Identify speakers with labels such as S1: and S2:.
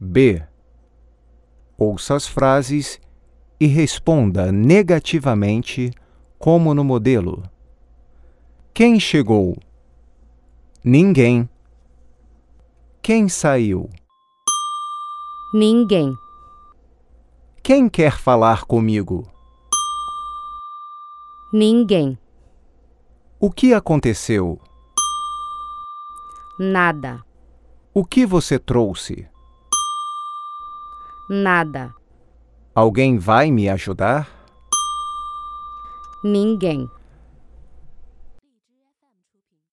S1: B. Ouça as frases e responda negativamente, como no modelo: Quem chegou? Ninguém. Quem saiu?
S2: Ninguém.
S1: Quem quer falar comigo?
S2: Ninguém.
S1: O que aconteceu?
S2: Nada.
S1: O que você trouxe?
S2: Nada.
S1: Alguém vai me ajudar?
S2: Ninguém.